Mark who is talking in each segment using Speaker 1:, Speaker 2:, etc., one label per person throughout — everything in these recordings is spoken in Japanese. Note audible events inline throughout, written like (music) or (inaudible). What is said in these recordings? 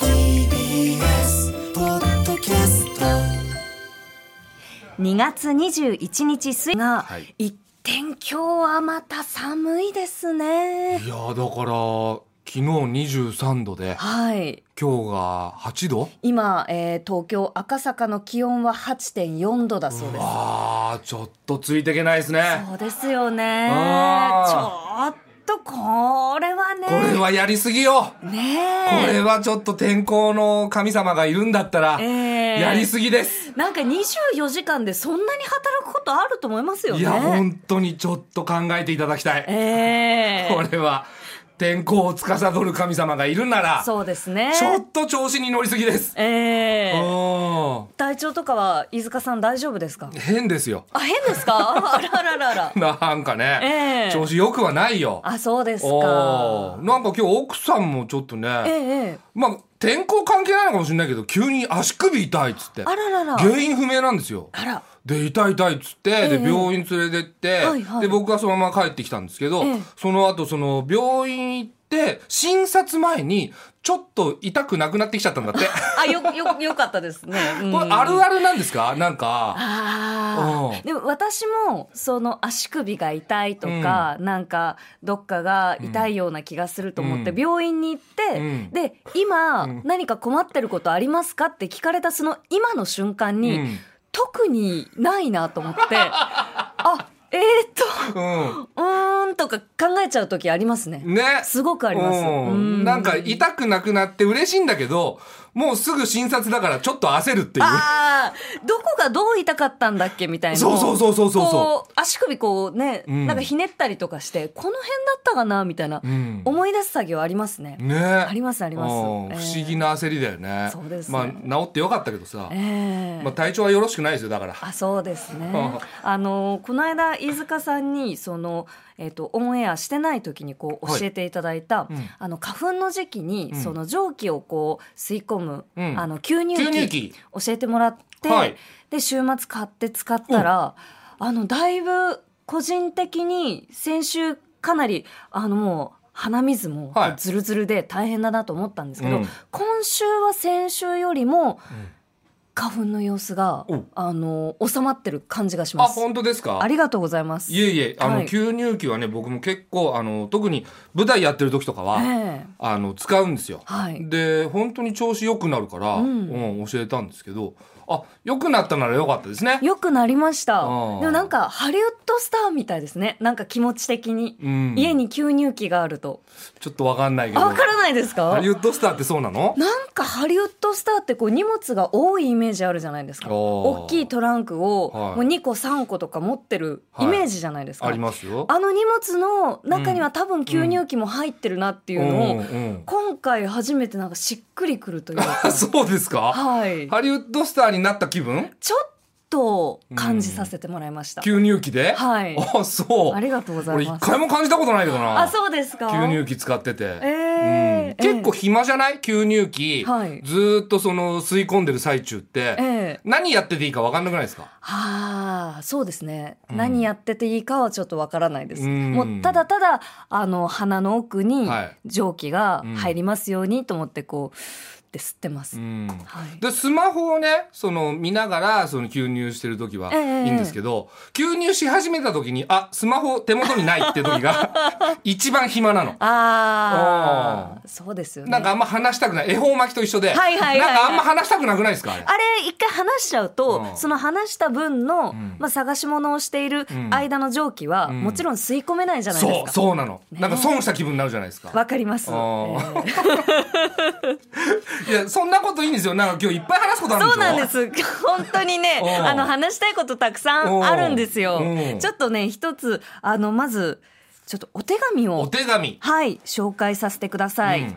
Speaker 1: TBS ポッドキャスト
Speaker 2: 2月21日水が、
Speaker 3: い
Speaker 2: 一転今日はまた寒いですね
Speaker 3: いやーだから昨日23度で
Speaker 2: はい
Speaker 3: 今日が8度
Speaker 2: 今、えー東京赤坂の気温は8.4度だそうです
Speaker 3: あーちょっとついていけないですね
Speaker 2: そうですよねちょっ
Speaker 3: あ
Speaker 2: とこれはね
Speaker 3: これはやりすぎよこ
Speaker 2: ねえ
Speaker 3: れはちょっと天候の神様がいるんだったら
Speaker 2: ええ
Speaker 3: やりすぎです
Speaker 2: なんか24時間でそんなに働くことあると思いますよね
Speaker 3: いや本当にちょっと考えていただきたい
Speaker 2: ええ
Speaker 3: これは天候を司る神様がいるなら
Speaker 2: そうですね
Speaker 3: ちょっと調子に乗りすぎです
Speaker 2: ええ
Speaker 3: うん
Speaker 2: 体調とかは飯塚さん大丈夫ですか
Speaker 3: 変ですよ (laughs)
Speaker 2: あ変ですかあらららら
Speaker 3: なんかね
Speaker 2: ええ
Speaker 3: 調子良くはないよ
Speaker 2: (laughs) あそうです
Speaker 3: お
Speaker 2: か
Speaker 3: ーなんか今日奥さんもちょっと
Speaker 2: ええ
Speaker 3: ね、
Speaker 2: ええ
Speaker 3: まあ天候関係ないのかもしれないけど、急に足首痛いっつって。
Speaker 2: あららら
Speaker 3: 原因不明なんですよ。
Speaker 2: あら
Speaker 3: で、痛い痛いっつって、
Speaker 2: ええ
Speaker 3: で、病院連れてって、
Speaker 2: はいはい
Speaker 3: で、僕はそのまま帰ってきたんですけど、
Speaker 2: ええ
Speaker 3: その後、その、病院行って、診察前に、ちょっと痛くなくなってきちゃったんだって。
Speaker 2: あよよよかったですね、 (laughs) うん
Speaker 3: これ、あるあるなんですかなんか、
Speaker 2: あ
Speaker 3: うん
Speaker 2: ーでも私もその足首が痛いとか、なんかどっかが痛いような気がすると思って
Speaker 3: うん
Speaker 2: 病院に行って、
Speaker 3: うん
Speaker 2: で今
Speaker 3: うん
Speaker 2: 何か困ってることありますかって聞かれたその今の瞬間
Speaker 3: う
Speaker 2: に、
Speaker 3: ん。
Speaker 2: 特にないなと思ってあえー、っと
Speaker 3: うん。
Speaker 2: うーんとか考えちゃう時ありますね。
Speaker 3: ね。
Speaker 2: すごくあります。
Speaker 3: うん、なんか痛くなくなって嬉しいんだけど、もうすぐ診察だからちょっと焦るっていう。
Speaker 2: ああ、どこがどう痛かったんだっけみたいな。
Speaker 3: そうそうそうそうそうそ
Speaker 2: こう足首こうね、
Speaker 3: うん
Speaker 2: なんかひねったりとかして、この辺だったかなみたいな、
Speaker 3: ん
Speaker 2: 思い出す作業ありますね。
Speaker 3: ね
Speaker 2: ありますあります
Speaker 3: うん
Speaker 2: え
Speaker 3: 不
Speaker 2: ー
Speaker 3: 思議な焦りだよね。
Speaker 2: そうです
Speaker 3: まあ
Speaker 2: ね
Speaker 3: 治ってよかったけどさ、
Speaker 2: ええ
Speaker 3: まあ体調はよろしくないですよだから。
Speaker 2: あそうですね
Speaker 3: (laughs) ん。
Speaker 2: あのこの間飯塚さんにそのえっ、とオンエアしてない時にこう
Speaker 3: はい
Speaker 2: 教えていただいた、
Speaker 3: うん
Speaker 2: あの花粉の時期に、
Speaker 3: うん
Speaker 2: その蒸気をこう吸い込む、
Speaker 3: うん
Speaker 2: あの吸入器
Speaker 3: 吸入器
Speaker 2: 教えてもらって、
Speaker 3: はい
Speaker 2: で週末買って使ったら、あのだいぶ個人的に先週かなりあのもう鼻水も
Speaker 3: はい
Speaker 2: ズルズルで大変だなと思ったんですけど、
Speaker 3: うん
Speaker 2: 今週は先週よりも花粉の様子が、
Speaker 3: お
Speaker 2: あの収まってる感じがし
Speaker 3: あ
Speaker 2: ます。
Speaker 3: 本当ですか。
Speaker 2: ありがとうございます。
Speaker 3: いえいえあの、
Speaker 2: はい
Speaker 3: 吸入器はね僕も結構あの特に舞台やってる時とかは、
Speaker 2: ええ
Speaker 3: あの使うんですよ。
Speaker 2: はい。
Speaker 3: で本当に調子良くなるから、
Speaker 2: うん
Speaker 3: うん教えたんですけどあ良くなったなら良かったですね。
Speaker 2: よくなりました。で
Speaker 3: あー
Speaker 2: もなんかハリウッドスターみたいですね。なんか気持ち的に。
Speaker 3: うん
Speaker 2: 家に吸入器があると。
Speaker 3: ちょっとわかんないけど
Speaker 2: あ、わからないです
Speaker 3: ハ
Speaker 2: か
Speaker 3: リウッドスターってそうなの
Speaker 2: なんかハリウッドスターってこう荷物が多いイメージあるじゃないですか。
Speaker 3: あー
Speaker 2: 大きいトランクを
Speaker 3: はい
Speaker 2: もう2個3個とか持ってるイメージじゃないですか。
Speaker 3: ありますよ。
Speaker 2: あの荷物の中には多分吸入器も入ってるなっていうのを、
Speaker 3: うんうん。
Speaker 2: 今回初めてなんかしっくりくるというか
Speaker 3: (laughs) そうですか
Speaker 2: はい。
Speaker 3: ハリウッドスターになった気分
Speaker 2: ちょっと感じさせてもらいました。
Speaker 3: 吸入器で
Speaker 2: はい
Speaker 3: あ、そ
Speaker 2: (laughs)
Speaker 3: う。
Speaker 2: ありがとうござ
Speaker 3: 俺
Speaker 2: いま
Speaker 3: 一
Speaker 2: す。
Speaker 3: 回も感じたことないけどな。
Speaker 2: あ、そうですか。
Speaker 3: 吸入器使ってて。
Speaker 2: ええ
Speaker 3: うん結構暇じゃない吸入器。
Speaker 2: はい
Speaker 3: ずーっとその吸い込んでる最中っ
Speaker 2: え
Speaker 3: て。
Speaker 2: え
Speaker 3: 何やってていいか分かんなくないですか
Speaker 2: はあ、そうですね。
Speaker 3: うん
Speaker 2: 何やってていいかはちょっとわからないです。
Speaker 3: うん
Speaker 2: もうただただあの鼻の奥に
Speaker 3: はい
Speaker 2: 蒸気が入りますようにと思ってこうって吸ってます。
Speaker 3: うん。
Speaker 2: はい。
Speaker 3: で、スマホをね、その見ながら、その吸入してる時は
Speaker 2: ええ
Speaker 3: いいんですけど、吸入し始めた時に、あ、スマホ手元にないっていう
Speaker 2: (laughs)
Speaker 3: 時が、一番暇なの。
Speaker 2: ああ、そうですよね。
Speaker 3: なんかあんま話したくない。恵方巻きと一緒で。
Speaker 2: はいはいはいはい
Speaker 3: なんかあんま話したくなくないですかあれ。
Speaker 2: あれ一回話しちゃうと、
Speaker 3: うん
Speaker 2: その話した分の、
Speaker 3: ん
Speaker 2: まあ、探し物をしている間の蒸気は、
Speaker 3: ん
Speaker 2: もちろん吸い込めないじゃないです
Speaker 3: そう、
Speaker 2: か。
Speaker 3: そうなの。
Speaker 2: ね
Speaker 3: なんか損した気分になるじゃないですか。
Speaker 2: わかります。
Speaker 3: あ
Speaker 2: え
Speaker 3: ー
Speaker 2: ー
Speaker 3: いや、そんなこといいんですよ。なんか今日いっぱい話すことあるんで
Speaker 2: そう
Speaker 3: しょ
Speaker 2: なんです。本当にね、
Speaker 3: うん
Speaker 2: あの話したいことたくさんあるんですよ
Speaker 3: う。ん
Speaker 2: ちょっとね、一つ、あの、まず、ちょっとお手紙
Speaker 3: お
Speaker 2: を、
Speaker 3: 手紙。
Speaker 2: はい、紹介させてください。
Speaker 3: うん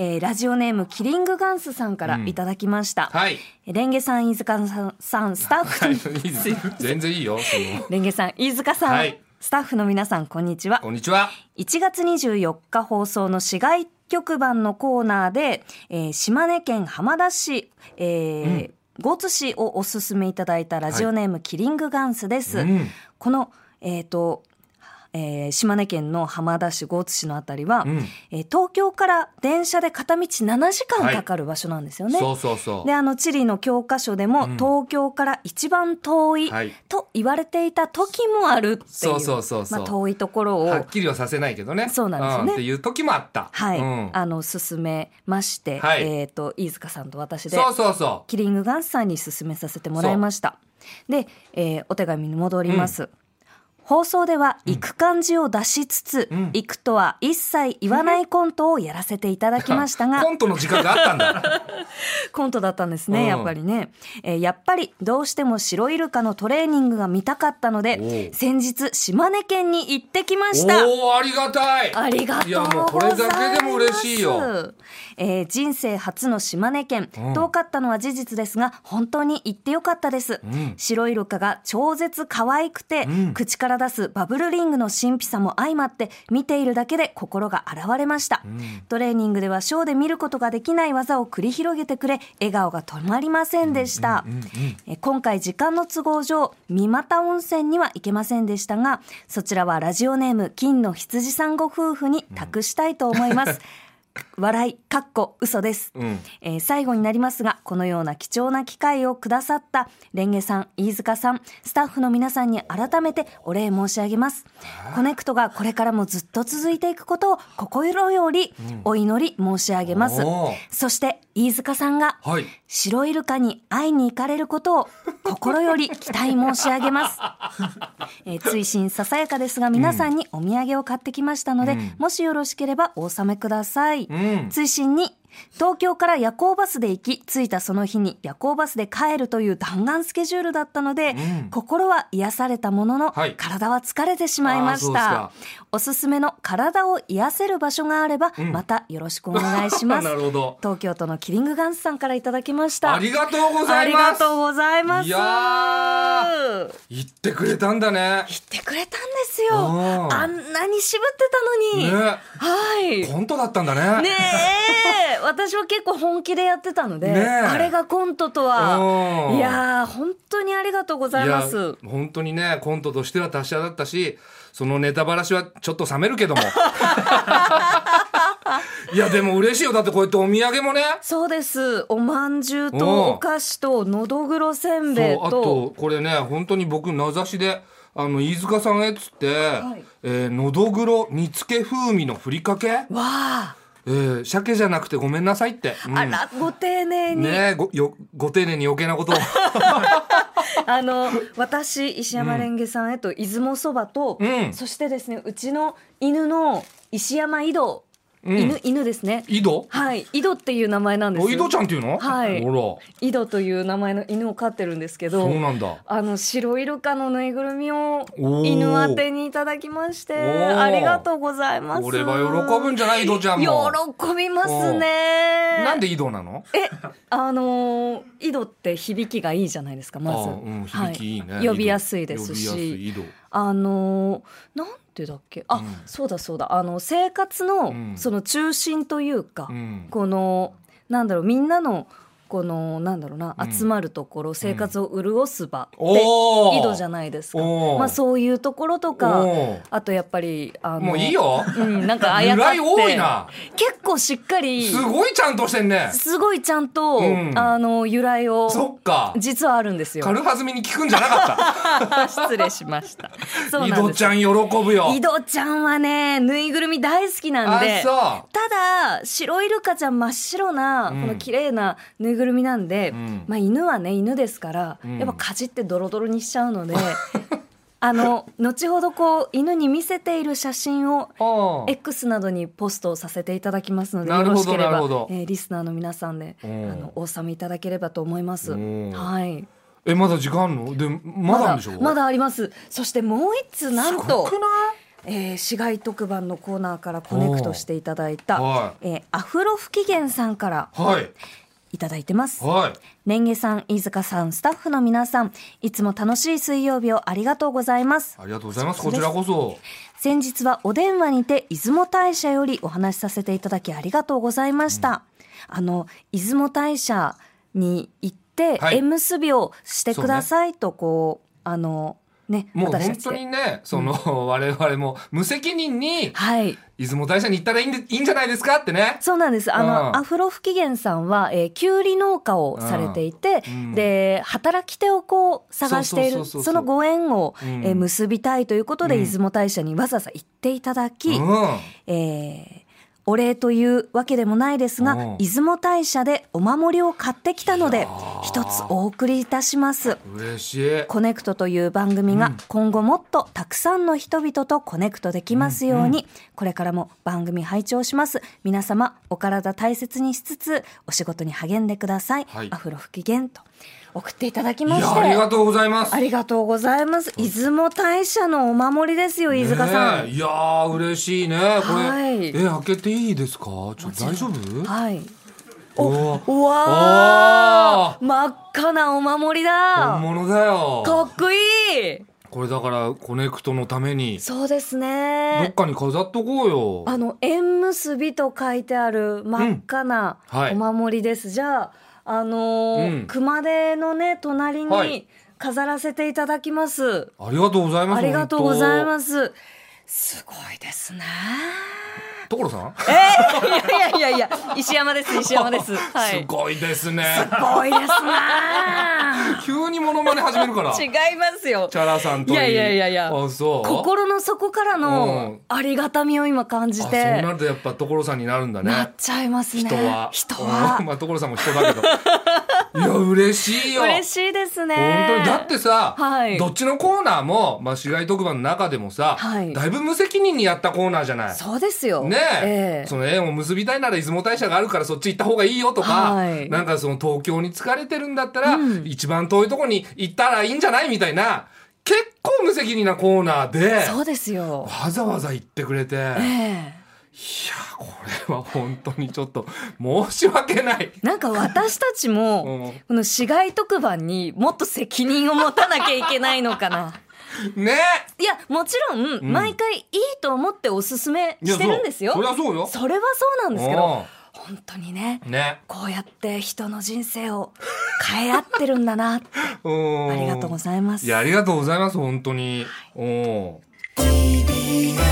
Speaker 2: えーラジオネームキリングガンスさんからいただきました、
Speaker 3: はい
Speaker 2: えーレンゲさん飯塚さんさんスタッ
Speaker 3: は
Speaker 2: フ (laughs)
Speaker 3: い、い
Speaker 2: の
Speaker 3: いです全然いいよ。その
Speaker 2: レンゲさん飯塚さん、
Speaker 3: はい
Speaker 2: スタッフの皆さんこんにちは
Speaker 3: こんにちは。
Speaker 2: 1月24日放送の市外局番のコーナーで、えー島根県浜田市、えー江津市をおすすめいただいたラジオネーム、キリングガンスです、
Speaker 3: ん
Speaker 2: このえっ、とえー島根県の浜田市江津市のあたりは、
Speaker 3: ん
Speaker 2: えー東京から電車で片道7時間かかる場所なんですよね。
Speaker 3: そうそうそ
Speaker 2: であの地理の教科書でも、東京から一番遠い
Speaker 3: はい
Speaker 2: と言われていた時もあるっていう,、
Speaker 3: そうそうそうそう
Speaker 2: まあ、遠いところ
Speaker 3: う。
Speaker 2: を
Speaker 3: はっきりはさせないけどね。
Speaker 2: そうなんですよね
Speaker 3: うっていう時もあった。
Speaker 2: はい、
Speaker 3: うん
Speaker 2: あの勧めまして、
Speaker 3: はい
Speaker 2: えっ、と飯塚さんと私で
Speaker 3: そうそうそ
Speaker 2: キリングガンスさんに勧めさせてもらいましたで、えーお手紙に戻ります、放送では行く感じを出しつつ、行くとは一切言わないコントをやらせていただきました
Speaker 3: う。
Speaker 2: が
Speaker 3: コントの時間があった
Speaker 2: (laughs)
Speaker 3: んだ。
Speaker 2: コントだったんですね、
Speaker 3: うん
Speaker 2: やっぱりね、えーやっぱりどうしても白イルカのトレーニングが見たかったので
Speaker 3: おう
Speaker 2: 先日島根県に行ってきました
Speaker 3: おおー、ありがたい。
Speaker 2: ありがとう
Speaker 3: い
Speaker 2: ござい
Speaker 3: や、
Speaker 2: ます。
Speaker 3: もうこれだけでも嬉しいよ。。
Speaker 2: えー人生初の島根県、遠かったのは事実ですが、本当に行ってよかったです。白イルカが超絶可愛くて、口から出すバブルリングの神秘さも相まって、見ているだけで心が洗われました。トレーニングではショーで見ることができない技を繰り広げてくれ、笑顔が止まりませんでした。えー今回時間の都合上、三股温泉には行けませんでしたが、そちらはラジオネーム金の羊さんご夫婦に託したいと思い (laughs) ます。笑い、かっこ、嘘です、えー最後になりますが、このような貴重な機会をくださった、レンゲさん、飯塚さん、スタッフの皆さんに改めてお礼申し上げます。コネクトがこれからもずっと続いていくことを心よりお祈り申し上げます。
Speaker 3: おー
Speaker 2: そして、飯塚さんが、
Speaker 3: はい。
Speaker 2: 白イルカに会いに行かれることを心より期待申し上げます。えー、追伸ささやかですが皆さんにお土産を買ってきましたので、もしよろしければお納めください。追伸に東京から夜行バスで行き着いたその日に夜行バスで帰るという弾丸スケジュールだったので、心は癒されたものの、
Speaker 3: はい
Speaker 2: 体は疲れてしまいま
Speaker 3: あーそう
Speaker 2: し
Speaker 3: です
Speaker 2: た
Speaker 3: か
Speaker 2: おすすめの体を癒せる場所があれば、またよろしくお願いします
Speaker 3: (laughs) なるほど
Speaker 2: 東京都のキリングガンスさんからいただきました
Speaker 3: ありがとうござい
Speaker 2: あり
Speaker 3: ま
Speaker 2: が
Speaker 3: す。
Speaker 2: とうございます。
Speaker 3: い
Speaker 2: 言
Speaker 3: や言ってくれたんだね。
Speaker 2: ってくれたんです
Speaker 3: うん
Speaker 2: よ。あんなに渋ってたのに。
Speaker 3: ね。
Speaker 2: はい。
Speaker 3: コントだったんだね。
Speaker 2: ねえ、私は結構本気でやってたので、
Speaker 3: ねえ
Speaker 2: あれがコントと
Speaker 3: う
Speaker 2: は。
Speaker 3: ん
Speaker 2: いやー、本当にありがとうござい
Speaker 3: い
Speaker 2: ま
Speaker 3: や
Speaker 2: す。
Speaker 3: 本当にねコントとしては達者だったしそのネタばらしはちょっと冷めるけ
Speaker 2: (laughs)
Speaker 3: どもいやでも嬉しいよだってこうやってお土産もね
Speaker 2: そうです。お饅頭
Speaker 3: うん
Speaker 2: とお菓子とのどぐろせんべい
Speaker 3: そうあ
Speaker 2: と。
Speaker 3: とこれね本当に僕名指しであの飯塚さんへっつって、
Speaker 2: い
Speaker 3: えーのどぐろ煮つけ風味のふりかけ、
Speaker 2: わあ、
Speaker 3: えー鮭じゃなくてごめんなさいって、うん
Speaker 2: あら、ご丁寧に。
Speaker 3: ねごよご丁寧に余計
Speaker 2: (laughs)
Speaker 3: なことを
Speaker 2: あの私石山レンゲさんへと出雲そばと、
Speaker 3: うん
Speaker 2: そしてですねうちの犬の石山井戸、犬犬ですね
Speaker 3: 井戸
Speaker 2: はい井戸っていう名前なんです
Speaker 3: お井戸ちゃんっていうの
Speaker 2: はい
Speaker 3: ほ
Speaker 2: 井戸という名前の犬を飼ってるんですけ
Speaker 3: ら
Speaker 2: ど
Speaker 3: そうなんだ
Speaker 2: あの白イルカのぬいぐるみを
Speaker 3: おー
Speaker 2: 犬宛てにいただきまして
Speaker 3: ー
Speaker 2: ありがとうございます
Speaker 3: これは喜ぶんじゃない井戸ちゃんも
Speaker 2: 喜びますね
Speaker 3: なんで井戸なの
Speaker 2: え、あのー井戸って響きがいいじゃないですか、まず。
Speaker 3: あうん、響きいいね、
Speaker 2: は呼びやすいです
Speaker 3: 呼びやすい
Speaker 2: し。
Speaker 3: 井戸
Speaker 2: あのーなんてだっけ、あ、そうだそうだ、あの生活の、
Speaker 3: ん
Speaker 2: その中心というか、
Speaker 3: うん
Speaker 2: この。なんだろう、みんなの。このなんだろうな集まるところ、生活を潤す場って
Speaker 3: おー
Speaker 2: 井戸じゃないですか
Speaker 3: おー
Speaker 2: まあ、そういうところとか
Speaker 3: おー
Speaker 2: あとやっぱりあの
Speaker 3: もういいよ
Speaker 2: うん、なんかあやかって
Speaker 3: 由来多いな
Speaker 2: 結構しっかり
Speaker 3: すごいちゃんとしてんね
Speaker 2: すごいちゃんと、
Speaker 3: うん
Speaker 2: あの由来を
Speaker 3: そっか
Speaker 2: 実はあるんですよ
Speaker 3: 軽はずみに聞くんじゃなか
Speaker 2: 失礼しました
Speaker 3: っ
Speaker 2: (laughs) そ
Speaker 3: た
Speaker 2: う
Speaker 3: 井
Speaker 2: なん
Speaker 3: 戸
Speaker 2: です
Speaker 3: ちゃん喜ぶよ
Speaker 2: 井戸ちゃんはねぬいぐるみ大好きなん
Speaker 3: あ
Speaker 2: で
Speaker 3: そ
Speaker 2: ただ白イルカちゃん真っ白なこの綺麗なぬいぐるみなんで、
Speaker 3: ん
Speaker 2: まあ、犬はね犬ですから、
Speaker 3: ん
Speaker 2: やっぱかじってドロドロにしちゃうので (laughs) あの後ほどこう犬に見せている写真を
Speaker 3: うあー
Speaker 2: X などにポストをさせていただきますので
Speaker 3: な
Speaker 2: よ
Speaker 3: るほ
Speaker 2: ろ
Speaker 3: ど
Speaker 2: しけれ
Speaker 3: なる
Speaker 2: ば
Speaker 3: ほど、
Speaker 2: えーリスナーの皆さんで、
Speaker 3: うん
Speaker 2: あのお納めいただければと思います。
Speaker 3: うん
Speaker 2: はい
Speaker 3: えまだ時間あるのでまだあるんでしょ
Speaker 2: まだありますそしてもう一つなんと
Speaker 3: すごくない
Speaker 2: えー市街特番のコーナーからコネクトしていただいた、
Speaker 3: は
Speaker 2: えーアフロ不機嫌さんから
Speaker 3: はい
Speaker 2: いただいてます。
Speaker 3: はい
Speaker 2: レンゲさん、飯塚さん、スタッフの皆さん、いつも楽しい水曜日をありがとうございます。
Speaker 3: ありがとうございますこちらこそ
Speaker 2: 先日はお電話にて出雲大社よりお話しさせていただきありがとうございました。あの出雲大社に行って
Speaker 3: はい
Speaker 2: 縁結びをしてくださいとこうあのね
Speaker 3: もう
Speaker 2: 私た
Speaker 3: 本
Speaker 2: ち
Speaker 3: 当に
Speaker 2: で
Speaker 3: ねその、
Speaker 2: (laughs)
Speaker 3: 我々も無責任に
Speaker 2: はい
Speaker 3: 出雲大社に行ったらいいんでいいんじゃないですかってね
Speaker 2: そうなんです。あの、
Speaker 3: うん
Speaker 2: アフロ不機嫌さんは、えー、きゅうり農家をされていて、
Speaker 3: うん
Speaker 2: で、働き手をこう、探してい
Speaker 3: そう
Speaker 2: る、
Speaker 3: そうそ
Speaker 2: そ
Speaker 3: うそう
Speaker 2: のご縁を、
Speaker 3: うん
Speaker 2: えー結びたいということで、
Speaker 3: うん
Speaker 2: 出雲大社にわざわざ行っていただき、
Speaker 3: うん
Speaker 2: えーお礼というわけでもないですが、
Speaker 3: うん
Speaker 2: 出雲大社でお守りを買ってきたので、一つお送りいたします。
Speaker 3: 嬉しい
Speaker 2: コネクトという番組が今後もっとたくさんの人々とコネクトできますように、これからも番組拝聴します。皆様、お体大切にしつつ、お仕事に励んでください。
Speaker 3: はい
Speaker 2: アフロ不機嫌と送っていただき
Speaker 3: い
Speaker 2: まし
Speaker 3: や
Speaker 2: て。
Speaker 3: ありがとうございます
Speaker 2: ありがとうございます。出雲大社のお守りですよ、飯塚さん。
Speaker 3: ねえいやー嬉しいねこれ、
Speaker 2: はい
Speaker 3: え開けていいですかちょっと大丈夫
Speaker 2: はい。
Speaker 3: おー
Speaker 2: うわ
Speaker 3: あ
Speaker 2: ー真っ赤なお守り
Speaker 3: 本
Speaker 2: だ
Speaker 3: 物だ
Speaker 2: か
Speaker 3: よ
Speaker 2: っこいい
Speaker 3: これだからコネクトのために
Speaker 2: そうです
Speaker 3: ど
Speaker 2: ね
Speaker 3: っ。かに飾っとこうよ
Speaker 2: あの縁結びと書いてある真っ赤な
Speaker 3: うんはい
Speaker 2: お守りです。じゃああのー
Speaker 3: うん
Speaker 2: 熊手のね隣
Speaker 3: は
Speaker 2: に
Speaker 3: い
Speaker 2: 飾らせていただきます。
Speaker 3: ありがとうございます
Speaker 2: ありがとうございますす。すごいです
Speaker 3: (laughs)
Speaker 2: ね。
Speaker 3: 所さん、
Speaker 2: えー、いやいやいやいや石山です石山です。は
Speaker 3: す
Speaker 2: い。
Speaker 3: ごいですね
Speaker 2: すごいです
Speaker 3: 急にモノマネ始め
Speaker 2: (laughs)
Speaker 3: るからチ (laughs)
Speaker 2: ね。違いますよ。
Speaker 3: ャラさんと
Speaker 2: い
Speaker 3: い
Speaker 2: やいやいやいや
Speaker 3: あそう
Speaker 2: 心の底から
Speaker 3: う
Speaker 2: の
Speaker 3: ん
Speaker 2: ありがたみを今感じ
Speaker 3: あそう
Speaker 2: て
Speaker 3: な。るとやっぱ所さんになるんだね
Speaker 2: なっちゃいますね。
Speaker 3: 人は
Speaker 2: 人は
Speaker 3: (laughs) うんまあ所さんも人だけど
Speaker 2: (laughs)
Speaker 3: いや嬉しいよ
Speaker 2: 嬉しいですね。
Speaker 3: 本当にだってさ、
Speaker 2: はい
Speaker 3: どっちのコーナーも、まあ、市街特番の中でもさ、
Speaker 2: はい
Speaker 3: だいぶ無責任にやったコーナーじゃない。
Speaker 2: そうですよ。
Speaker 3: ね
Speaker 2: え、
Speaker 3: え
Speaker 2: え
Speaker 3: その縁を結びたいなら出雲大社があるからそっち行った方がいいよとか、
Speaker 2: はい
Speaker 3: なんかその東京に疲れてるんだったら、一番遠いとこに行ったらいいんじゃないみたいな結構無責任なコーナーで
Speaker 2: そうですよ。
Speaker 3: わざわざ行ってくれて、
Speaker 2: え
Speaker 3: いや
Speaker 2: え
Speaker 3: これは本当にちょっと申し訳ない。
Speaker 2: なんか私たちも、
Speaker 3: うん
Speaker 2: この市街特番にもっと責任を持たなきゃいけないのか
Speaker 3: (laughs)
Speaker 2: な。
Speaker 3: ね
Speaker 2: いや、もちろん、毎回いいと思っておすすめ
Speaker 3: いや
Speaker 2: してるんですよ。
Speaker 3: そうそりゃそうよ
Speaker 2: それはそうなんですけど、本当にね、
Speaker 3: ね
Speaker 2: こうやって人の人生を変え合ってるんだなって。
Speaker 3: うん
Speaker 2: ありがとうございます。
Speaker 3: いや、ありがとうございます、本当に。おー
Speaker 1: TBS